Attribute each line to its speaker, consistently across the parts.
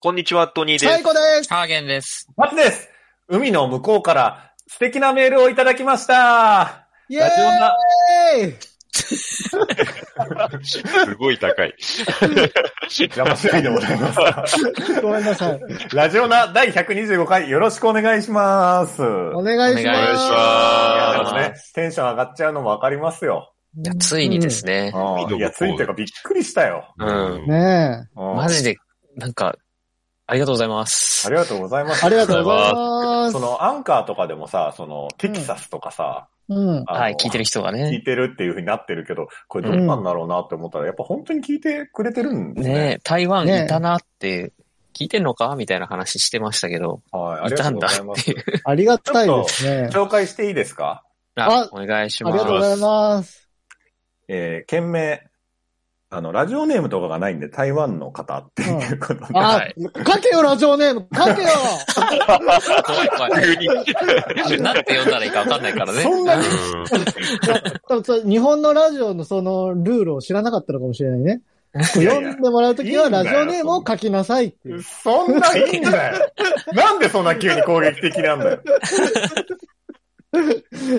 Speaker 1: こんにちは、トニーです。
Speaker 2: 最高です
Speaker 3: ハーゲンです。
Speaker 4: 松です。海の向こうから素敵なメールをいただきました。
Speaker 2: イ
Speaker 4: ラジオな、
Speaker 2: ェーイ
Speaker 1: すごい高い。
Speaker 4: 邪魔しないでございます。
Speaker 2: ごめんなさい。
Speaker 4: ラジオな第125回よろしくお願いします。い
Speaker 2: お願いします。
Speaker 3: お
Speaker 1: お願いし
Speaker 4: やで
Speaker 1: ま
Speaker 4: もね、テンション上がっちゃうのもわかりますよ。
Speaker 3: いやついにですね。
Speaker 4: うん
Speaker 1: 海の向こう
Speaker 4: いや、ついてかびっくりしたよ。
Speaker 1: す。
Speaker 3: うん。
Speaker 1: うん
Speaker 2: ね
Speaker 4: うん
Speaker 3: マ
Speaker 4: あ
Speaker 3: ジで、なんか、ありがとうございます。
Speaker 4: りがとうございま
Speaker 2: え。あ
Speaker 4: す。
Speaker 2: りがとうございます。
Speaker 4: その、アンカーとかでもさ、その、テキサスとかさ、
Speaker 2: うん。
Speaker 4: あの
Speaker 3: はい、聞いてる人が
Speaker 4: 聞
Speaker 3: ね
Speaker 4: い。てるっていう風になってるけど、これどうなんだろうなって思ったら、やっぱ本当に聞いてくれてるんですね。
Speaker 3: ねえ台湾
Speaker 2: ねえ
Speaker 3: いたなって、聞いてんのかみたいな話してましたけど。
Speaker 4: はい、ありがとうございます。
Speaker 2: ありがたいですね。
Speaker 4: 紹介していいですか
Speaker 3: あ
Speaker 2: あ、
Speaker 3: お願いし
Speaker 2: あ
Speaker 3: ま
Speaker 2: りが
Speaker 3: す
Speaker 2: とう。ございます。
Speaker 4: えー、件名。あの、ラジオネームとかがないんで、台湾の方っていうことで。
Speaker 2: あ、
Speaker 3: はい
Speaker 2: 書けよ、ラジオネーム書けよ
Speaker 3: 怖い怖い。
Speaker 1: 急に。
Speaker 3: なんて呼んだらいいかわかんないからね。
Speaker 2: そんなに多分そう日本のラジオのそのルールを知らなかったのかもしれないね。
Speaker 4: いやい
Speaker 2: 読
Speaker 4: や
Speaker 2: んでもらうときはい
Speaker 4: いんだ
Speaker 2: ラ
Speaker 4: よ
Speaker 2: ジオネームを書きなさいっていう。
Speaker 4: そんないいんだよ。 なんでそんな急に攻撃的なんだよ。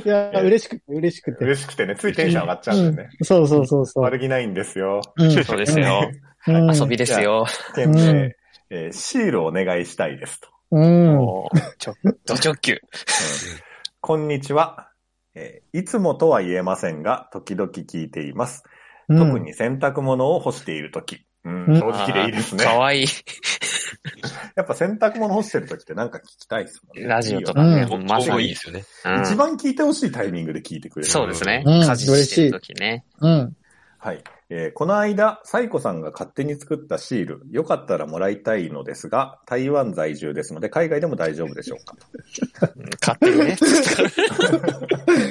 Speaker 2: いや、嬉しくて、嬉しくて。
Speaker 4: 嬉しくてね、ついテンション上がっちゃうんだよね。
Speaker 2: そうそうそうそう。
Speaker 4: 悪気ないんですよ。
Speaker 2: うん
Speaker 3: そうですよ。
Speaker 2: うん
Speaker 3: 遊びですよ。
Speaker 4: 件
Speaker 2: う
Speaker 4: 名
Speaker 2: ん、
Speaker 4: えーシールお願いしたいですと。
Speaker 2: うん。
Speaker 3: もうちょ、ド直球。
Speaker 4: こんにちは。えーいつもとは言えませんが、時々聞いています。
Speaker 2: うん
Speaker 4: 特。に洗濯物を干しているとき。うん、
Speaker 2: うん
Speaker 4: 正直でいいですね。
Speaker 3: かわいい。
Speaker 4: やっぱ洗濯物干してるときってなんか聞きたいですもんね。
Speaker 3: ラジオと
Speaker 4: いい
Speaker 3: か
Speaker 2: う
Speaker 3: ね、
Speaker 2: ん
Speaker 3: もうまさ
Speaker 1: いい
Speaker 3: に
Speaker 1: で。すよね。
Speaker 3: う
Speaker 4: よね
Speaker 3: ん
Speaker 4: 一番聞いてほしいタイミングで聞いてくれる。
Speaker 3: そうですね。
Speaker 2: うん
Speaker 3: 家事してるときね。
Speaker 2: うん。
Speaker 4: はい。えーこの間、サイコさんが勝手に作ったシール、よかったらもらいたいのですが、台湾在住ですので、海外でも大丈夫でしょうか。
Speaker 3: 勝手 にね。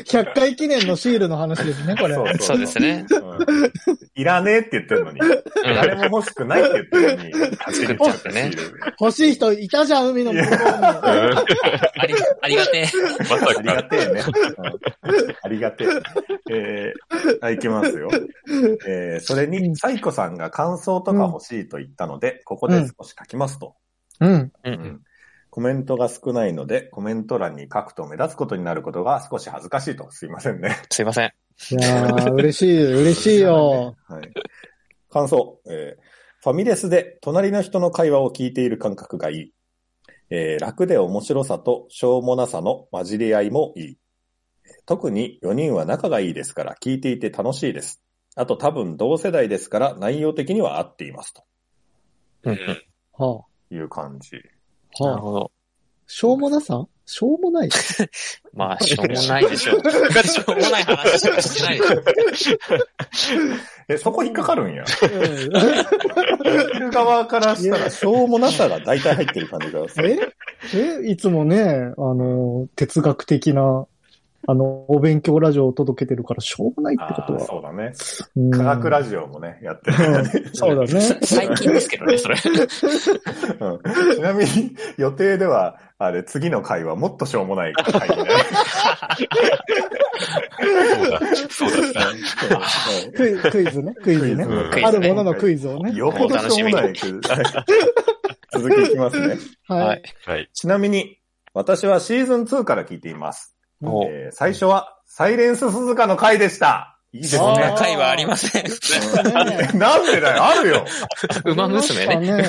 Speaker 2: 100回記念のシールの話ですね、これ。
Speaker 4: そう
Speaker 3: そうですね。
Speaker 4: うんいらねえって言ってるのに、
Speaker 3: うん
Speaker 4: 誰も欲しくないって言 ってるのに、勝手に作ったシール。
Speaker 2: 欲しい人いたじゃん、海の向こうに。
Speaker 1: うん
Speaker 3: あり、ありがてえ。
Speaker 1: まさ
Speaker 4: ありが
Speaker 1: か。
Speaker 4: てえね。うんありがてえ。えー、はい、いきますよ。えー、それに、サイコさんが感想とか欲しいと言ったので、ここで少し書きますと。
Speaker 2: うん。
Speaker 3: うん
Speaker 4: コメントが少ないので、コメント欄に書くと目立つことになることが少し恥ずかしいと。すいませんね。
Speaker 3: すいません。
Speaker 2: いやー嬉しい、嬉しいよ。
Speaker 4: はい。感想、えーファミレスで隣の人の会話を聞いている感覚がいい。えー楽で面白さとしょうもなさの混じり合いもいい。特に4人は仲がいいですから聞いていて楽しいです。あと多分同世代ですから内容的には合っていますと
Speaker 3: うん
Speaker 2: は
Speaker 4: いう感じ。
Speaker 2: あ、
Speaker 3: なる
Speaker 2: はあ、
Speaker 3: ほど。
Speaker 2: しょうもなさしょうもない
Speaker 3: まあ、しょうもないでしょう。しょうもない話しかしてないでしょ。
Speaker 4: え、そこ引っかかるんや。
Speaker 2: うん
Speaker 4: 聞いてる側からしたらしょうもなさが大体入ってる感じがする。
Speaker 2: ええいつもね、あの、哲学的な、あの、お勉強ラジオを届けてるから、しょうもないってこと
Speaker 4: あー
Speaker 2: は。
Speaker 4: そうだね。
Speaker 2: うん
Speaker 4: 科学ラジオもね、やってるからね。
Speaker 2: そうだね。
Speaker 3: 最近ですけどね、それ。
Speaker 4: うんちなみに、予定では、あれ、次の回はもっとしょうもない回ね。
Speaker 1: そうだ。そうだ。
Speaker 2: クイクイズね、クイズね。
Speaker 1: うん
Speaker 3: クイ
Speaker 2: あ
Speaker 3: ズ
Speaker 2: る
Speaker 3: ね
Speaker 2: もののクイズをね。
Speaker 4: よほどしょうもない。続きいきますね。
Speaker 2: は
Speaker 3: はいい。
Speaker 1: はい。
Speaker 4: ちなみに、私はシーズン2から聞いています。
Speaker 3: もう、
Speaker 4: えー最初は、サイレンス鈴鹿の回でした。いいです
Speaker 3: そん
Speaker 2: あ
Speaker 3: な
Speaker 4: ね。
Speaker 3: 回はありません。
Speaker 2: ね
Speaker 4: うん なんでだよ、あるよ。
Speaker 3: 馬娘ね。
Speaker 2: やや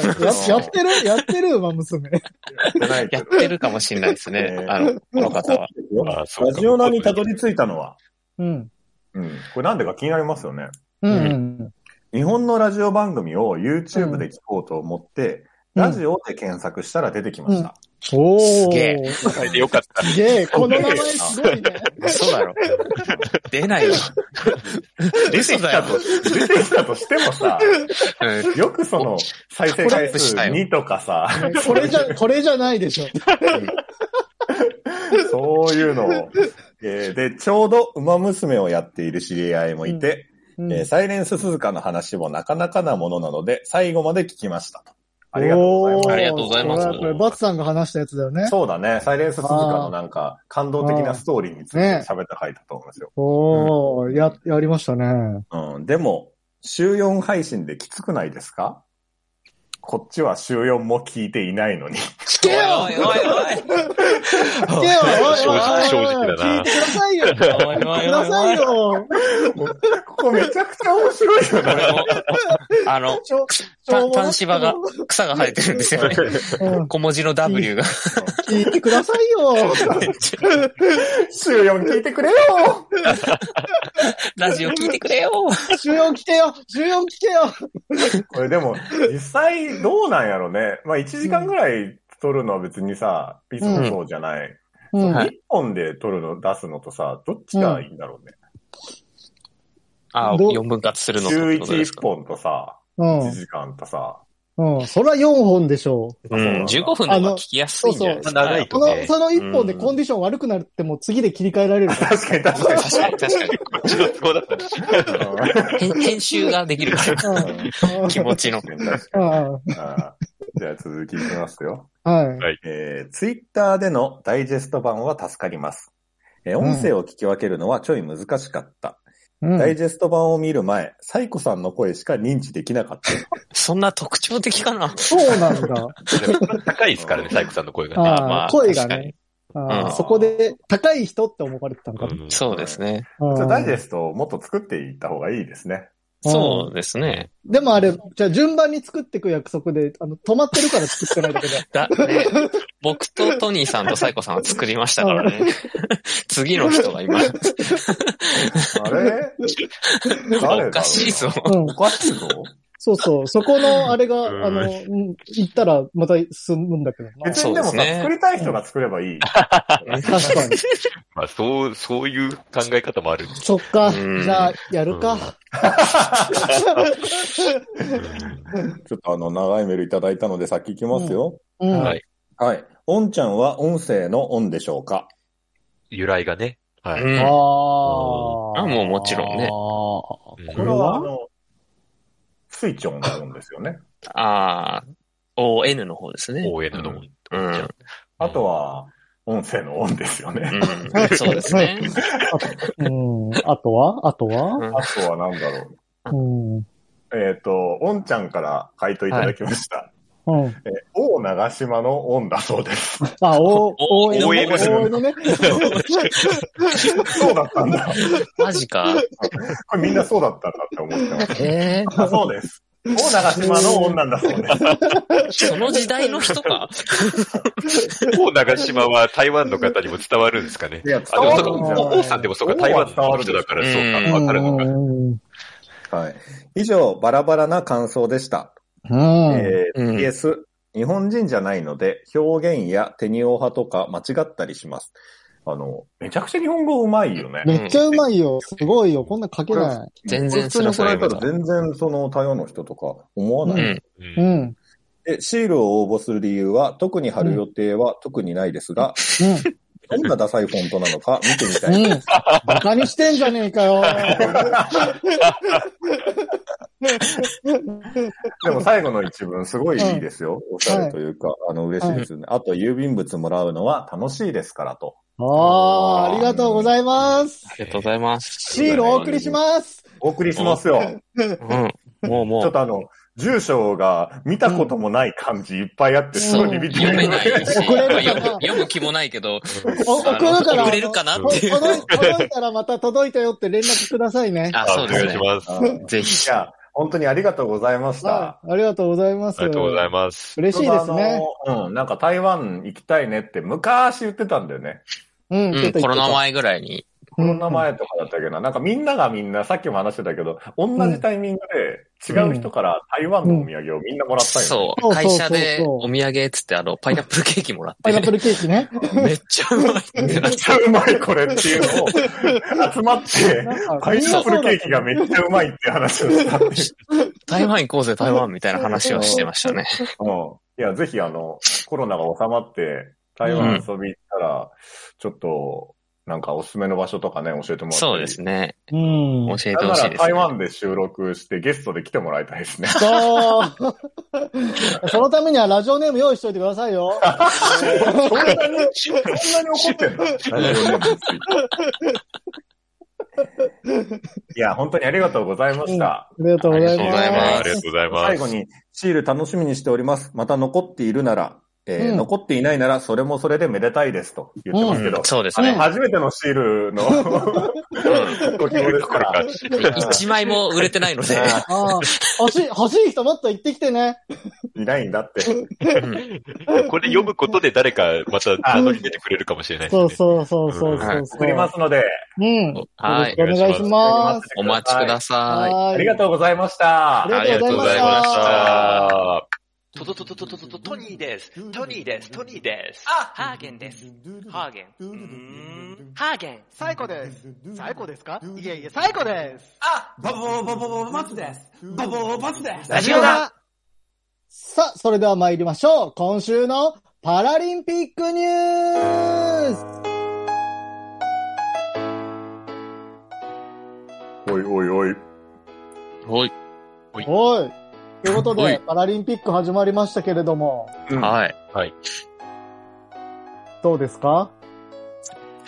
Speaker 2: ってるやってる馬娘。
Speaker 4: ない
Speaker 3: やってるかもしれないですね。あの、この方は。
Speaker 1: あそう
Speaker 4: ラ
Speaker 1: か
Speaker 4: ジオナにたどり着いたのは、
Speaker 2: うん。
Speaker 4: うん、これなんでか気になりますよね。
Speaker 2: うんうん。
Speaker 4: 日本のラジオ番組を YouTube で聞こうと思って、
Speaker 2: うん
Speaker 4: ラジオで検索したら出てきました。
Speaker 2: おー。
Speaker 3: すげえ
Speaker 1: これでよかった。
Speaker 2: すげえ、この名前すごいね。
Speaker 3: 嘘だろ。出ないよ。嘘だよ。
Speaker 4: 出てきたとしても さ、
Speaker 3: うん
Speaker 4: よくその再生回
Speaker 3: コラップし
Speaker 4: 数
Speaker 3: たよ
Speaker 4: 2とかさ、
Speaker 2: これじゃ、これじゃないでしょ。
Speaker 4: そういうのを、えーで、ちょうど馬娘をやっている知り合いもいて、
Speaker 2: うん
Speaker 4: えーサイレンス鈴鹿の話もなかなかなものなので、最後まで聞きましたと。ありがとうございます
Speaker 2: おー
Speaker 3: ありがとうございま
Speaker 2: こ
Speaker 3: す
Speaker 2: れはこれ、バツさんが話したやつだよね。
Speaker 4: そうだね。サイレンス鈴鹿のなんか、感動的なストーリーについて喋った回だと思いますよ。
Speaker 2: おー、や、やりましたね。
Speaker 4: うん。でも、週4配信できつくないですかこっちは週4も聞いていないのに。
Speaker 2: 聞けよ
Speaker 3: おいおいおい
Speaker 2: 聞けよおい
Speaker 1: 正直正直だ
Speaker 2: 聞い
Speaker 1: な
Speaker 2: てくださいよ聞いて
Speaker 3: おいおいおい
Speaker 2: くださいよ
Speaker 4: ここめちゃくちゃ面白いよ
Speaker 3: こ
Speaker 4: ね。
Speaker 3: れもあの、
Speaker 2: しょしょう
Speaker 3: た
Speaker 2: もなく
Speaker 3: 端芝が草が生えてるんですよね。
Speaker 2: うん
Speaker 3: 小文字の W が。
Speaker 2: 聞いてくださいよ
Speaker 4: 週4聞いてくれよ
Speaker 3: ラジオ聞いてくれよ
Speaker 2: 週4聞けよ週4聞けよ
Speaker 4: これでも、実際どうなんやろね。まあ1時間ぐらい撮るのは別にさ、いつもそうじゃない。
Speaker 2: うん
Speaker 3: はい
Speaker 4: 一本で撮るの、出すのとさ、どっちがいいんだろうね。
Speaker 3: あ、
Speaker 2: ど
Speaker 3: 4分割するの
Speaker 4: 週
Speaker 3: ことです
Speaker 4: 1
Speaker 3: か
Speaker 4: 本とさ、
Speaker 2: うん
Speaker 4: 1時間とさ。
Speaker 2: うん。そら4本でしょう。
Speaker 3: うん、15分の方が聞きやすいんじゃないですか。
Speaker 1: あのそう
Speaker 2: こ
Speaker 1: そう
Speaker 2: の、その1本でコンディション悪くなっても次で切り替えられる。
Speaker 4: 確かに確かに。
Speaker 3: 確かに確かに
Speaker 1: こっちの都合だったね。
Speaker 3: 編。編集ができる から、
Speaker 2: うん
Speaker 3: 気持ちの。
Speaker 2: うんうん
Speaker 4: うんあーじゃあ続きいきますよ。
Speaker 2: はい。
Speaker 4: えツイッター Twitter でのダイジェスト版は助かります。えー
Speaker 2: うん
Speaker 4: 音声を聞き分けるのはちょい難しかった。
Speaker 2: うん
Speaker 4: ダイジェスト版を見る前、サイコさんの声しか認知できなか った。
Speaker 3: そんな特徴的かな
Speaker 2: そうなんだ。
Speaker 1: 高いですからね、サイコさんの声がね。
Speaker 2: あー
Speaker 3: まあ
Speaker 2: 声が
Speaker 3: 確か
Speaker 2: ね
Speaker 3: に。
Speaker 2: あー
Speaker 4: うん
Speaker 2: そこで高い人って思われてたんかな。
Speaker 1: うん
Speaker 3: そうですね。
Speaker 4: じゃあダイジェ
Speaker 2: ス
Speaker 4: ストをもっと作っていった方がいいです ね。
Speaker 3: そうですね。
Speaker 2: でもあれ、じゃあ順番に作っていく約束で、あの、止まってるから作ってないだけで。
Speaker 3: だ、ね、僕とトニーさんとサイコさんは作りましたからね。次の人が今、
Speaker 4: あれ誰だ
Speaker 3: おかしいぞ。。
Speaker 2: うん
Speaker 4: お。かしい ぞ。
Speaker 2: そうそう。そこのあれが、
Speaker 1: うん
Speaker 2: あの、うん行ったらまた進むんだけどな。
Speaker 4: 別にでも
Speaker 3: そう
Speaker 4: さ、
Speaker 3: ですね
Speaker 4: 作りたい人が作れ ばいい。
Speaker 2: 確かに。
Speaker 1: まあ、そう、そういう考え方もある。
Speaker 2: そっか。
Speaker 3: うん
Speaker 2: じゃあ、やる
Speaker 1: う
Speaker 2: か。
Speaker 4: ちょっとあの、長いメールいただいたので先行きますよ。
Speaker 2: うん。
Speaker 1: はい
Speaker 4: はい。オンちゃんは音声のオンでしょうか
Speaker 1: 由来がね。は
Speaker 3: う
Speaker 1: い。
Speaker 3: ん
Speaker 2: ああ。
Speaker 3: あもうもちろんね
Speaker 2: あ
Speaker 1: うん
Speaker 4: これは、あの、スイチョンのオンですよね。
Speaker 3: ああ、ON の方ですね。
Speaker 1: ON の。
Speaker 3: うん。うん。
Speaker 4: あとは、音声のオンですよね。
Speaker 3: そうですね。
Speaker 2: ーうん。あとはあとは
Speaker 4: あとはなんだろ
Speaker 2: うん。うん。
Speaker 4: う。えっ、と、オンちゃんから回答いただきました。
Speaker 2: あ、
Speaker 4: 王長島のオンだそうです。
Speaker 2: お、
Speaker 3: お
Speaker 2: 応援の応
Speaker 1: OM
Speaker 2: 援のね。
Speaker 4: そうだったんだ。
Speaker 3: マジか。
Speaker 4: これみんなそうだったんだって思ってます。
Speaker 3: ええ
Speaker 4: あそうです。王長島のオンなんだそうです。
Speaker 3: その時代の人か。
Speaker 1: 王長島は台湾の方にも伝わるんですかね
Speaker 4: い。や、
Speaker 1: あ、
Speaker 4: 伝
Speaker 1: で
Speaker 4: わ
Speaker 1: も
Speaker 4: る
Speaker 1: そ
Speaker 4: んじゃ
Speaker 2: 伝わ
Speaker 1: うか、王王さんでもそうか、台湾の人だからそう
Speaker 3: う
Speaker 1: か、
Speaker 3: ん
Speaker 1: わかるのか。
Speaker 4: ないはい。以上、バラバラな感想でした。
Speaker 2: うん。
Speaker 4: えー
Speaker 3: うん
Speaker 4: PS、日本人じゃないので、表現やテニオ派とか間違ったりします。あの、めちゃくちゃ日本語うまいよね。
Speaker 2: めっちゃうまいよ。すごいよ。こんな書けない。
Speaker 3: 全然
Speaker 4: 普通に
Speaker 3: そ
Speaker 4: こ
Speaker 3: れ
Speaker 4: れ
Speaker 3: は
Speaker 4: た
Speaker 3: そ
Speaker 4: ら
Speaker 3: れ
Speaker 4: 全然その台湾の人とか思わ
Speaker 3: う
Speaker 4: ない。
Speaker 3: ん。
Speaker 2: う
Speaker 1: うん
Speaker 2: ん。うん。
Speaker 4: で、シールを応募する理由は、特に貼る予定は特にないですが、どんなダサいフォントなのか 見てみたい。
Speaker 2: うん。バカにしてんじゃねえかよ。
Speaker 4: でも最後の一文すごいいいですよ。おしゃれというか、あの、嬉しいですね。あと、郵便物もらうのは楽しいですからと。
Speaker 2: ああ、ありがとうございます。
Speaker 3: ありがとうございます。
Speaker 2: シールお送りします。
Speaker 4: お送りしますよ。
Speaker 3: うん。もう
Speaker 4: ちょ
Speaker 3: も
Speaker 4: っとあの、住所が見たこともない漢字いっぱいあって、
Speaker 3: う、
Speaker 4: すごいビビって
Speaker 3: 読めないし、
Speaker 2: 送れるかな
Speaker 3: 読む読む気もないけど、
Speaker 2: お送るから。
Speaker 3: 送れるかな
Speaker 2: お
Speaker 3: っていう。
Speaker 2: 届い届いたらまた届いたよって連絡くださいね。
Speaker 3: あ、
Speaker 1: あ
Speaker 3: そ
Speaker 1: お
Speaker 3: うです
Speaker 1: 願
Speaker 3: ね
Speaker 1: いし。ます。あ
Speaker 4: うん
Speaker 3: ぜひ
Speaker 4: い。や、本当にありがとうございまし
Speaker 2: は
Speaker 4: た。
Speaker 2: い。ありがとうございます。
Speaker 1: りがとうござい
Speaker 2: ま
Speaker 1: ます。
Speaker 2: 嬉しいですね。
Speaker 4: あの。うん、なんか台湾行きたいねって昔言ってたんだよね。
Speaker 2: うん
Speaker 3: うん、コロナ。前ぐらいに。
Speaker 4: コロナ前とかだったけどな、なんかみんながみんな、さっきも話してたけど、同じタイミングで違う人から台湾のお土産をみんなもらったよ、ね
Speaker 3: そう
Speaker 2: そうそうそうそう
Speaker 3: 会社でお土産っつって、あの、パイナップルケーキもらっ
Speaker 2: パイ
Speaker 3: て
Speaker 2: ナッ、プルケーキね。
Speaker 3: めっちゃうまいって
Speaker 4: め
Speaker 3: な
Speaker 4: っ
Speaker 3: っ
Speaker 4: ちゃうまいこれっていうのを集まって、 パイナップルケーキがめっちゃうまいって話をしたっていう。
Speaker 3: 台湾行こうぜ、台湾みたいな話をしてましたね。
Speaker 4: うん。いや、ぜひあの、コロナが収まって、台湾遊び行ったら、ちょっと、なんかおすすめの場所とかね、教えてもらって。
Speaker 3: そうですね。
Speaker 2: うん。
Speaker 3: 教え
Speaker 4: だ
Speaker 3: てほ
Speaker 4: か
Speaker 3: しい
Speaker 4: ら
Speaker 3: です
Speaker 4: 台
Speaker 3: ね。
Speaker 4: 湾で収録してゲストで来てもらいたいですね。
Speaker 2: そう。そのためにはラジオネーム用意しといてくださいよ。
Speaker 4: そんなに、そんなに怒ってんだ。ラジオネームについていや、本当にありがとうございました。
Speaker 2: ありがとうござい
Speaker 3: ありがとう
Speaker 2: ま
Speaker 3: ござい
Speaker 2: す。
Speaker 3: ます
Speaker 1: ありがとうございます。
Speaker 4: 最後に、シール楽しみにしております。また残っているなら、えー
Speaker 2: うん
Speaker 4: 残っていないなら、それもそれでめでたいですと言ってますけど、
Speaker 3: そうです
Speaker 4: あれ
Speaker 3: ね。
Speaker 4: 初めてのシールのご希望ですから。
Speaker 3: 一枚も売れてないので。
Speaker 4: あ
Speaker 2: ああ、欲しい、欲しい人もっと行ってきてね。
Speaker 4: いないんだって。
Speaker 3: うん
Speaker 1: これ読むことで誰かまた名乗り出てくれるかもしれないです
Speaker 2: そ
Speaker 1: ね
Speaker 2: う。そうそうそうそう。
Speaker 3: はい
Speaker 4: 作りますので、
Speaker 2: うん。
Speaker 3: は
Speaker 2: よ
Speaker 3: い。
Speaker 2: ろしくお願いし
Speaker 4: 待
Speaker 2: ま
Speaker 4: っ
Speaker 2: す
Speaker 4: て。
Speaker 3: お待ちく
Speaker 4: さ
Speaker 3: ださい。
Speaker 4: い。あり
Speaker 2: は
Speaker 4: がとうございました。
Speaker 2: ありがとうございました
Speaker 1: ありがとうございました。トトトトトトトトトニーです。トニーです。トニーです。
Speaker 5: あ、ハーゲンです。ハーゲン。うーんハーゲン。
Speaker 6: 最高です。最高ですかいえいえ、最高です。
Speaker 5: あ、バボーバボーバツです。バボーバツです。
Speaker 6: ラジオだ
Speaker 2: さあ、それでは参りましょう。今週のパラリンピックニュース
Speaker 4: おいおいおい。
Speaker 3: はい。
Speaker 2: おい。ということ
Speaker 3: お
Speaker 2: で
Speaker 3: い、
Speaker 2: パラリンピック始まりましたけれども、
Speaker 3: はい。
Speaker 2: どうですか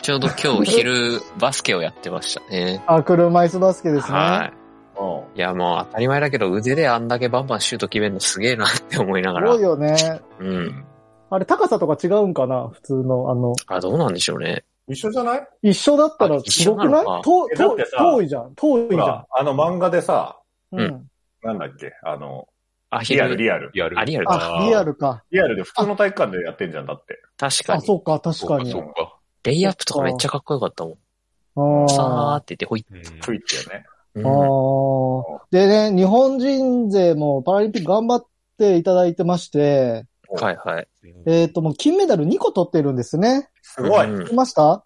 Speaker 3: ちょうど今日昼、バスケをやってましたね。
Speaker 2: あ、車椅子バスケですね。
Speaker 3: はい。
Speaker 4: うん
Speaker 3: いや、もう当たり前だけど、腕であんだけバンバンシュート決めるのすげえなって思いなが
Speaker 2: すご
Speaker 3: ら
Speaker 2: い。よね。
Speaker 3: うん。
Speaker 2: あれ、高さとか違うんかな普通の、あの、
Speaker 3: あ、どうなんでしょうね。
Speaker 4: 一緒じゃない
Speaker 2: 一緒だった
Speaker 3: あ
Speaker 2: ら
Speaker 3: 一
Speaker 2: す
Speaker 3: 緒
Speaker 2: ご
Speaker 3: な
Speaker 2: く
Speaker 3: の
Speaker 2: ない
Speaker 3: か
Speaker 2: 遠
Speaker 4: えだっ
Speaker 2: 遠い
Speaker 4: てさ
Speaker 2: 遠いじゃん。遠い
Speaker 4: ほ
Speaker 2: じゃ
Speaker 4: ら
Speaker 2: ん。、
Speaker 4: あの漫画でさ、
Speaker 2: う。
Speaker 3: うん
Speaker 4: なんだっけあの、
Speaker 3: あ、ひ
Speaker 4: リアル、
Speaker 3: ル。
Speaker 4: リアル。
Speaker 1: リアル。
Speaker 3: あリアル
Speaker 2: あ、リアルか。
Speaker 4: リアルで普通の体育館でやってんじゃんだって。
Speaker 3: 確か
Speaker 2: あ、
Speaker 3: に。
Speaker 2: そうか、確
Speaker 1: そ
Speaker 2: か
Speaker 1: うか、
Speaker 2: に
Speaker 1: そ。うか。
Speaker 3: レイアップとかめっちゃかっこよかったもん。さー
Speaker 2: あ
Speaker 3: って言って、ほい。
Speaker 1: うん
Speaker 4: クイッてよね。
Speaker 3: うん
Speaker 2: ーあー。でね、日本人勢もパラリンピック頑張っていただいてまして、
Speaker 3: はいはい。
Speaker 2: えっ、と、もう金メダル2個取ってるんですね。
Speaker 4: すごい。
Speaker 3: うん
Speaker 2: いました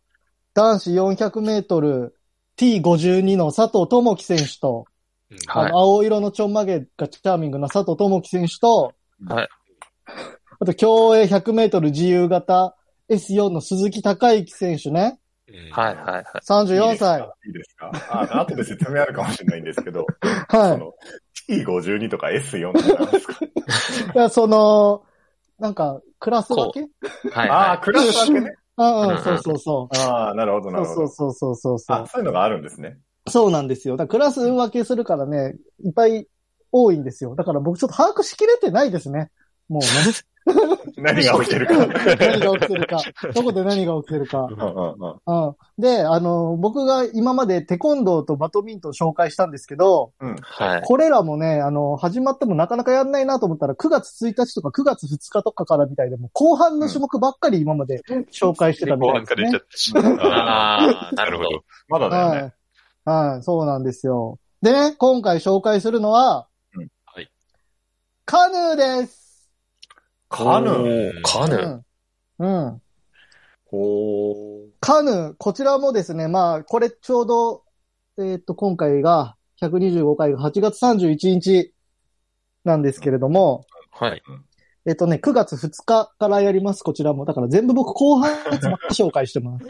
Speaker 2: 男子400メートル T52 の佐藤智樹選手と、
Speaker 1: うん
Speaker 3: はい
Speaker 2: あの青色のちょんまげがチャーミングな佐藤智樹選手と、
Speaker 3: はい
Speaker 2: あと競泳100メートル自由形 S4 の鈴木孝之選手ね、
Speaker 1: うん
Speaker 3: はいはいはい。
Speaker 2: 34歳。
Speaker 4: いいですか。いいですかあ後で説明あるかもしれないんですけど、そ
Speaker 2: は
Speaker 4: の T52 とか S4 とかなんですか。
Speaker 2: い。いや、その、なんか、クラス分け
Speaker 3: はい
Speaker 4: ああ、
Speaker 3: は
Speaker 4: クラス分けね。
Speaker 2: あ
Speaker 3: うん
Speaker 2: うん、そうそうそう。
Speaker 4: ああ、なるほど、な
Speaker 2: そ
Speaker 4: る
Speaker 2: う
Speaker 4: ほど。
Speaker 2: そうそうそうそうそ
Speaker 4: あ
Speaker 2: う。
Speaker 4: そういうのがあるんですね。
Speaker 2: そうなんですよ。だからクラス分けするからね、いっぱい多いんですよ。だから僕ちょっと把握しきれてないですね。もうね。
Speaker 4: 何が起きてるか。うん
Speaker 2: 何が起きて るか。どこで何が起きてるか。
Speaker 4: うんうん
Speaker 2: うん。で、あの、僕が今までテコンドーとバドミントン紹介したんですけど、
Speaker 4: うん。
Speaker 3: い。はい。
Speaker 2: これらもね、あの、始まってもなかなかやんないなと思ったら、9月1日とか9月2日とかからみたいで、もう後半の種目ばっかり今まで紹介してたみ
Speaker 1: 後
Speaker 2: たい
Speaker 1: 半
Speaker 2: で
Speaker 1: か
Speaker 2: す
Speaker 1: ら出
Speaker 2: ね
Speaker 1: ちゃ。った。あ
Speaker 3: ああ、
Speaker 1: ー
Speaker 3: なるほど。。
Speaker 4: まだだよ
Speaker 2: は
Speaker 4: ね。
Speaker 2: い。はい、そうなんですよ。でね、今回紹介するのは、
Speaker 4: うん
Speaker 1: はい
Speaker 2: カヌーです。
Speaker 4: カヌー。
Speaker 3: ーカヌー。
Speaker 2: うん。うん。
Speaker 4: ほー。
Speaker 2: カヌー、こちらもですね、まあ、これちょうど、えーっと、今回が、125回が8月31日なんですけれども、
Speaker 3: はい。
Speaker 2: えーっとね、9月2日からやります、こちらも。だから全部僕後半 のやつばっか紹介してます。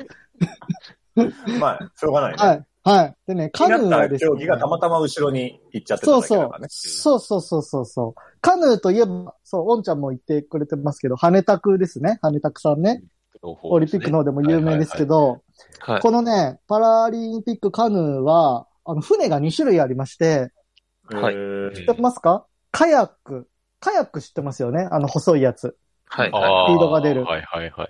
Speaker 4: まあ、しょうがないね。
Speaker 2: はい。はい。でね、
Speaker 4: 気
Speaker 2: カ
Speaker 4: にな
Speaker 2: ヌー
Speaker 4: った
Speaker 2: は
Speaker 4: ら
Speaker 2: です
Speaker 4: 競
Speaker 2: ね
Speaker 4: 技、がたまたま後ろに行っちゃってただけだからね。
Speaker 2: そうそうそうそうそう。カヌーといえば、そう、オンちゃんも言ってくれてますけど、羽田クですね。羽田クさんね。オリンピックの方でも有名ですけど、
Speaker 3: はい。
Speaker 2: このね、パラリンピックカヌーは、あの、船が2種類ありまして、
Speaker 3: はい
Speaker 4: へー
Speaker 2: 知ってますかカヤック。カヤック知ってますよねあの細いやつ。
Speaker 3: はい。
Speaker 1: あ
Speaker 2: スピードが出る
Speaker 1: はいはいはい。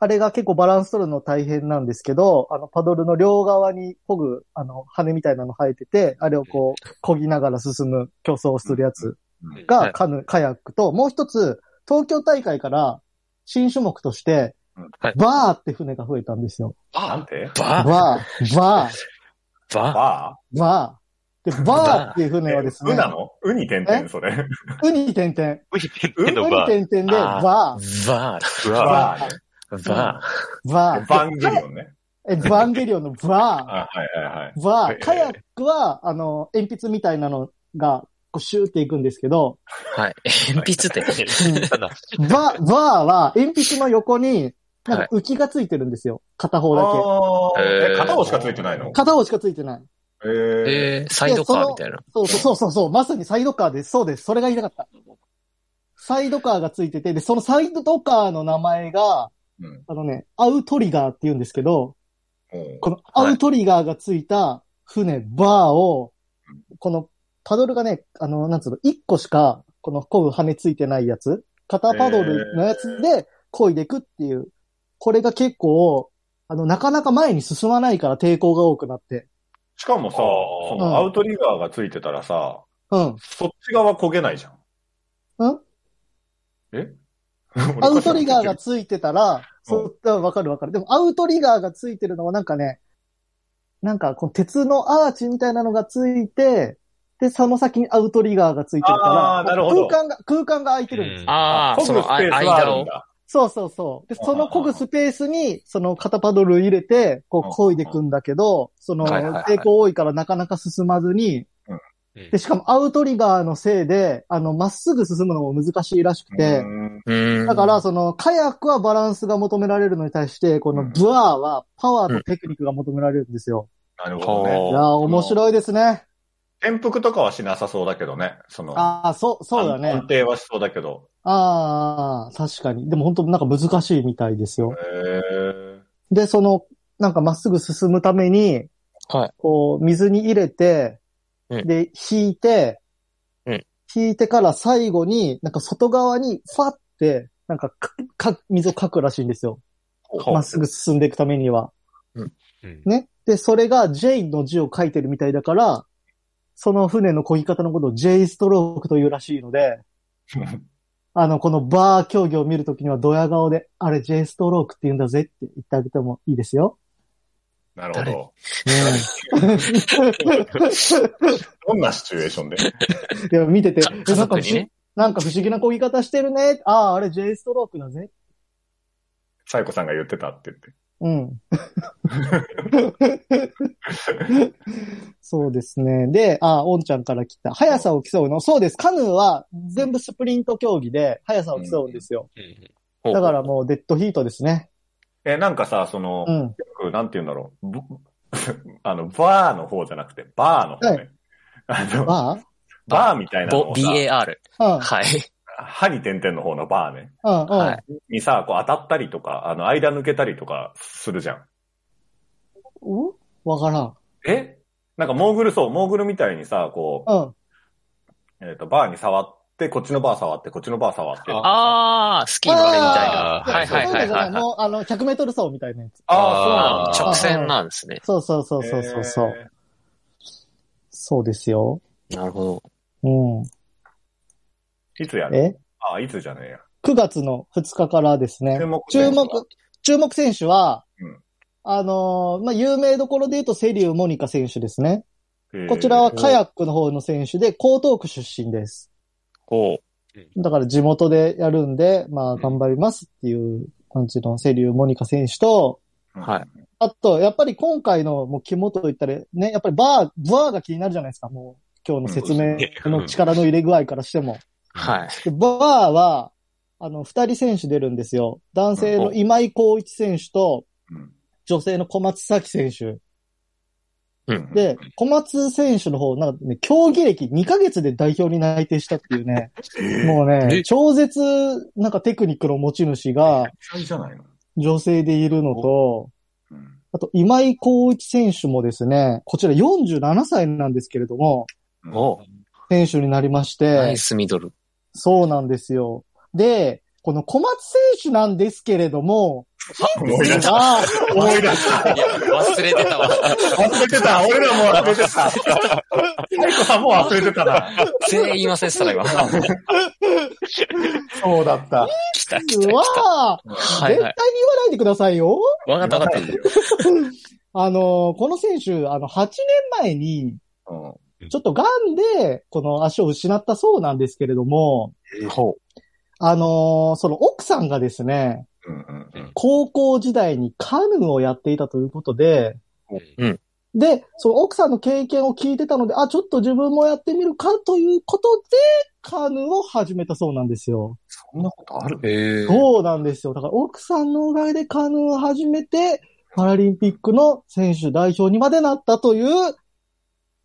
Speaker 2: あれが結構バランス取るの大変なんですけど、あのパドルの両側にこぐ、あの、羽みたいなの生えてて、あれをこう、こぎながら進む競争をするやつ
Speaker 3: は
Speaker 2: が
Speaker 3: い
Speaker 2: カヌー、カヤックと、もう一つ、東京大会から新種目として
Speaker 4: うん、
Speaker 3: はい
Speaker 2: バーって船が増えたんですよ。
Speaker 4: なんて
Speaker 3: バ
Speaker 2: バー、バ
Speaker 3: ー、バ
Speaker 4: バ
Speaker 2: ー、バー。で、バーっていう
Speaker 4: ー
Speaker 2: 船はです
Speaker 4: えう
Speaker 2: ね、
Speaker 4: なのうに点々、
Speaker 2: え
Speaker 4: それ。
Speaker 2: ウニ点々。
Speaker 1: ウィテンテの
Speaker 2: ウニ
Speaker 1: バー。
Speaker 2: 点々で、
Speaker 3: あー
Speaker 2: バ
Speaker 3: ー、バ
Speaker 1: う
Speaker 4: バ
Speaker 1: わ
Speaker 4: ーね。
Speaker 3: ー、バ
Speaker 2: ー、バー。
Speaker 4: バンゲリオンね。
Speaker 2: エヴァンゲリオンのバ
Speaker 4: あ、はいはいはい。
Speaker 2: ー、バ
Speaker 1: え
Speaker 2: ー、カヤックは、あの、鉛筆みたいなのが、こうシューっていくんですけ ど、
Speaker 3: ー。はい。鉛筆って。
Speaker 1: ただ
Speaker 2: バー、バーは鉛筆の横に、なんか浮きがついてるんですよ。片方だけ。
Speaker 4: あ
Speaker 3: へ
Speaker 4: ー
Speaker 3: ー
Speaker 4: え、片方しかついてないの
Speaker 2: 片方しかついてない。
Speaker 4: えー、
Speaker 3: えー、サイドカーみたいな。
Speaker 2: そうそうそうそうそう、まさにサイドカーです。そうです。それが言いたかった。サイドカーがついてて、で、そのサイドカーの名前が、
Speaker 4: うん
Speaker 2: あのね、アウトリガーって言うんですけど、
Speaker 4: うん
Speaker 2: このアウトリガーがついた船、バーを、このパドルがね、あの、なんつうの、一個しか、このコブ羽根ついてないやつ、片パドルのやつで漕いでいくっていう、これが結構、あの、なかなか前に進まないから抵抗が多くなって。
Speaker 4: しかもさ、
Speaker 1: あー
Speaker 4: そのアウトリガーがついてたらさ、
Speaker 2: うん。
Speaker 4: そっち側焦げないじゃん。
Speaker 2: うん
Speaker 4: え
Speaker 2: アウトリガーがついてたら、そう、あわかるわかる。でもアウトリガーがついてるのはなんかね、なんかこう鉄のアーチみたいなのがついて、で、その先にアウトリガーがついてる
Speaker 4: あ
Speaker 2: か
Speaker 4: ー
Speaker 2: ら、
Speaker 4: なるほど
Speaker 2: 空間が、空間が空いてるんですよ。
Speaker 3: ああ、
Speaker 4: そ
Speaker 3: そ
Speaker 4: のス
Speaker 3: のあ
Speaker 4: ペースはあ
Speaker 3: 間
Speaker 4: るん
Speaker 3: を。
Speaker 4: だ。
Speaker 2: そうそうそう。で、
Speaker 4: あー
Speaker 2: その漕ぐスペースに、その肩パドル入れて、こ
Speaker 4: あー
Speaker 2: う漕いでくんだけど、その、
Speaker 4: はいはいはい
Speaker 2: 抵抗多いからなかなか進まずに
Speaker 4: うん、
Speaker 2: で、しかもアウトリガーのせいで、あの、まっすぐ進むのも難しいらしくて
Speaker 4: う、ん
Speaker 3: うん。
Speaker 2: だから、その、カヤックはバランスが求められるのに対して、このブアーはパワーとテクニックが求められるんですよ。
Speaker 4: なるほどね。
Speaker 3: ほう
Speaker 2: いやー、面白いですね。
Speaker 4: 転覆とかはしなさそうだけどね。その、
Speaker 2: ああ、そう、そうだね
Speaker 4: 安。定はしそうだけど。
Speaker 2: ああ、確かに。でも本当なんか難しいみたいですよ。
Speaker 4: へえ。
Speaker 2: で、その、なんかまっすぐ進むために、
Speaker 3: はい
Speaker 2: こう、水に入れて、
Speaker 3: うん
Speaker 2: で、引いて、
Speaker 3: うん
Speaker 2: 引いてから最後に、なんか外側に、ファって、なんかか、か、水をかくらしいんですよ。
Speaker 3: ほう
Speaker 2: まっすぐ進んでいくためには。
Speaker 1: うん
Speaker 2: ね。で、それが J の字を書いてるみたいだから、その船の漕ぎ方のことを J ストロークというらしいので、あの、このバー競技を見るときにはドヤ顔で、あれ J ストロークって言うんだぜって言ってあげてもいいです よ。
Speaker 4: なるほど。
Speaker 2: い
Speaker 4: どんなシチュエーションで
Speaker 2: や、見てて、え
Speaker 3: 家
Speaker 2: なんか不
Speaker 3: 族
Speaker 2: 思
Speaker 3: に
Speaker 2: 議
Speaker 3: ね。
Speaker 2: なんか不思議な漕ぎ方してるね。ああ、あれ J ストロークだぜ。
Speaker 4: サイコさんが言ってたって言って。
Speaker 2: うん。そうですね。で、ああ、おんちゃんから来た。速さを競うの。そうです。カヌーは全部スプリント競技で速さを競うんですよ。
Speaker 3: ほう
Speaker 2: だからもうデッドヒートですね。
Speaker 4: え、なんかさ、その、
Speaker 2: うん。
Speaker 4: よくなんて言うんだろう。ぶ あの、バーの方じゃなくて、バーの方ね。あの、
Speaker 2: バ
Speaker 4: バーみたいなの
Speaker 3: ぼ
Speaker 4: をさ、
Speaker 3: BAR。
Speaker 2: ー
Speaker 3: はい。
Speaker 4: 歯に点々の方のバーね。
Speaker 2: うん。うん。うん。
Speaker 3: はい
Speaker 4: にさ、こう当たったりとか、あの、間抜けたりとかするじゃん。
Speaker 2: おわからん。
Speaker 4: えなんかモーグルそう、モーグルみたいにさ、こ
Speaker 2: うん。
Speaker 4: う、えっ、と、バーに触って、こっちのバー触って、こっちのバー触って。
Speaker 3: ああ、スキーのあれみたいな。
Speaker 1: あー
Speaker 3: はいはい
Speaker 2: そう
Speaker 3: は
Speaker 2: だ
Speaker 3: い
Speaker 2: じゃな
Speaker 3: はいいはい。
Speaker 2: もう、あの、100メートル走みたいなやつ。
Speaker 3: あ
Speaker 4: あ
Speaker 3: あ
Speaker 4: ー、
Speaker 3: ー、
Speaker 4: そう
Speaker 3: 直
Speaker 4: なんだ。
Speaker 3: 線なんですね。
Speaker 2: そうそうそうそうそうそう。
Speaker 4: えー
Speaker 2: そうですよ。
Speaker 3: なるほど。
Speaker 2: うん。
Speaker 4: いつやる
Speaker 2: え
Speaker 4: あ、いつじゃねえや。
Speaker 2: ?9 月の2日からですね。
Speaker 4: 注目
Speaker 2: 注
Speaker 4: 選手は
Speaker 2: 目、注目選手は、
Speaker 4: うん
Speaker 2: あのーまあ、有名どころで言うと、セリュー・モニカ選手ですね。
Speaker 4: えー
Speaker 2: こちらはカヤックの方の選手で、江東区出身です。
Speaker 3: ほ
Speaker 2: だから地元でやるんで、まあ、頑張りますっていう感じのセリュー・モニカ選手と、
Speaker 4: うん
Speaker 3: はい
Speaker 2: あと、やっぱり今回のもう肝と言ったら、ね、やっぱりバー、バーが気になるじゃないですか、もう。今日の説明の力の入れ具合からしても。
Speaker 3: う。はい。
Speaker 2: でバーは、あの、二人選手出るんですよ。男性の今井光一選手と、
Speaker 4: うん
Speaker 2: 女性の小松崎選手。
Speaker 4: うん
Speaker 2: で、小松選手の方、なんかね、競技歴2ヶ月で代表に内定したっていうね、もうね、
Speaker 3: え
Speaker 2: 超絶、なんかテクニックの持ち主が
Speaker 4: 期待じゃないの
Speaker 2: 女性でいるのと、
Speaker 4: うん
Speaker 2: あと今井光一選手もですね、こちら47歳なんですけれども、
Speaker 3: おう
Speaker 2: 選手になりまし
Speaker 3: ナ
Speaker 2: て
Speaker 3: イ、スミドル。
Speaker 2: そうなんですよ。で、この小松選手なんですけれども、
Speaker 4: 思い出した。
Speaker 2: あ
Speaker 4: 思い出した。
Speaker 3: いや、忘れてたわ。
Speaker 4: 忘れてた。俺らも忘れてた。 サイコさんも忘れてた な。
Speaker 3: 全員忘れてたら今。
Speaker 4: そうだった。
Speaker 3: 来た来た
Speaker 2: ー、うわー絶対に
Speaker 3: 来た。はい
Speaker 2: 言わ
Speaker 3: はい。
Speaker 2: ないでくださいよ。
Speaker 3: わかったわかった。
Speaker 2: あのーこの選手、あの、8年前に、
Speaker 4: うん
Speaker 2: ちょっと癌で、この足を失ったそうなんですけれども、
Speaker 3: ほ
Speaker 2: あのーその奥さんがですね、
Speaker 4: うんうんうん
Speaker 2: 高校時代にカヌーをやっていたということで、
Speaker 3: うん
Speaker 2: で、その奥さんの経験を聞いてたので、あ、ちょっと自分もやってみるかということで、カヌーを始めたそうなんですよ。
Speaker 4: そんなことある
Speaker 3: う。へえ。
Speaker 2: そうなんですよ。だから奥さんのおかげでカヌーを始めて、パラリンピックの選手代表にまでなったという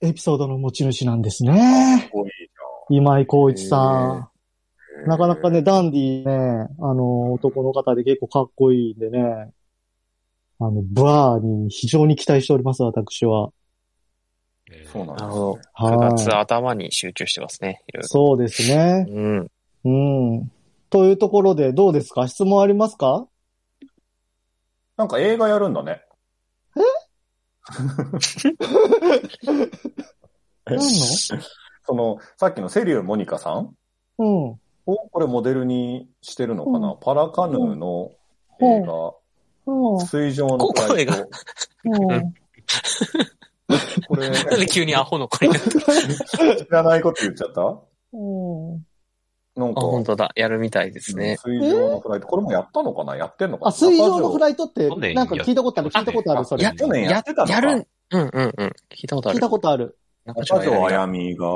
Speaker 2: エピソードの持ち主なんですね。
Speaker 4: 多い
Speaker 2: 今井光一さ
Speaker 4: じゃ
Speaker 2: ん。なかなかね、。ダンディーね、あの、男の方で結構かっこいいんでね、あの、ブラーに非常に期待しております、私は。
Speaker 4: そうなん
Speaker 3: な
Speaker 4: です。
Speaker 3: るほど。9
Speaker 2: はい
Speaker 3: 月頭に集中してますね。いろい
Speaker 2: そうですね。
Speaker 3: ろ。うん。
Speaker 2: うん。というところで、どうですか質問ありますか
Speaker 4: なんか映画やるんだね。
Speaker 2: 何の
Speaker 4: その、さっきのセリュー・モニカさん
Speaker 2: うん。
Speaker 4: をこれモデルにしてるのかな、
Speaker 2: う
Speaker 4: パラカヌーの映画、
Speaker 2: うん。
Speaker 4: 水上の
Speaker 3: こ声が
Speaker 4: 怪
Speaker 2: うん。
Speaker 4: 盗 これ、
Speaker 3: なんで 急にアホの子になった
Speaker 4: 知らないこと言っちゃった
Speaker 2: うん。
Speaker 4: なんか
Speaker 3: あ、、本当だ。やるみたいですね。
Speaker 4: 水上のフライト。これもやったのかなやってんのかな
Speaker 2: あ、水上のフ
Speaker 4: イ
Speaker 2: ライトって
Speaker 1: 去、年
Speaker 2: なんか聞いたことある、
Speaker 1: や
Speaker 2: 聞いたことあ
Speaker 1: あ
Speaker 2: る、それ。
Speaker 1: や
Speaker 4: 去年やってたのか
Speaker 3: やる。うんうんうん。聞いたことあ
Speaker 2: 聞い
Speaker 3: る。
Speaker 2: たことある。
Speaker 3: 中
Speaker 4: 中
Speaker 3: 島
Speaker 4: 条あ
Speaker 3: や
Speaker 4: やみが、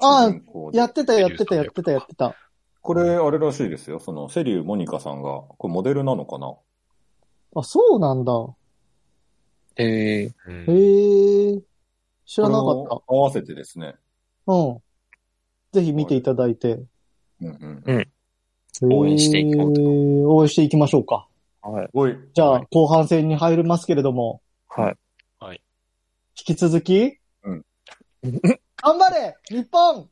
Speaker 2: あ
Speaker 4: 主人公で
Speaker 2: やってた、やってた、やってた、やってた。
Speaker 4: これ、あれらしいですよ。その、セリュー・モニカさんが、これモデルなのかな
Speaker 2: あ、そうなんだ。
Speaker 3: み。へえ。
Speaker 1: うん
Speaker 2: へえ。知
Speaker 4: 知
Speaker 2: らなかった。
Speaker 4: 合わせてですね。
Speaker 2: うん。ぜひ見ていただいて。
Speaker 4: うんうん。
Speaker 3: 応援していこうと
Speaker 2: えー応援していきましょうか。
Speaker 3: はい。
Speaker 4: おい。
Speaker 2: じゃ
Speaker 4: は
Speaker 2: あ
Speaker 4: い、
Speaker 2: 後半戦に入りますけれども。
Speaker 3: はい。
Speaker 1: はい。
Speaker 2: 引き続き、
Speaker 4: うん
Speaker 2: 頑張れ日本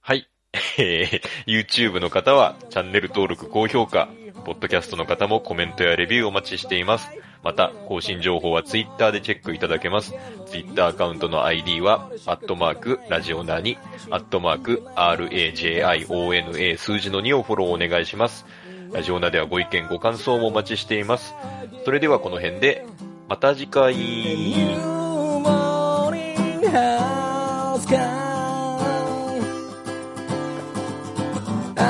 Speaker 1: はい。 えー YouTube の方はチャンネル登録、高評価、ポッドキャストの方もコメントやレビューお待ちしています。また、更新情報は Twitter でチェックいただけます。Twitter アカウントの ID は、アットマーク、ラジオナに、アットマーク、RAJIONA 数字の2をフォローお願いします。ラジオナではご意見、ご感想もお待ちしています。それではこの辺で、また次回。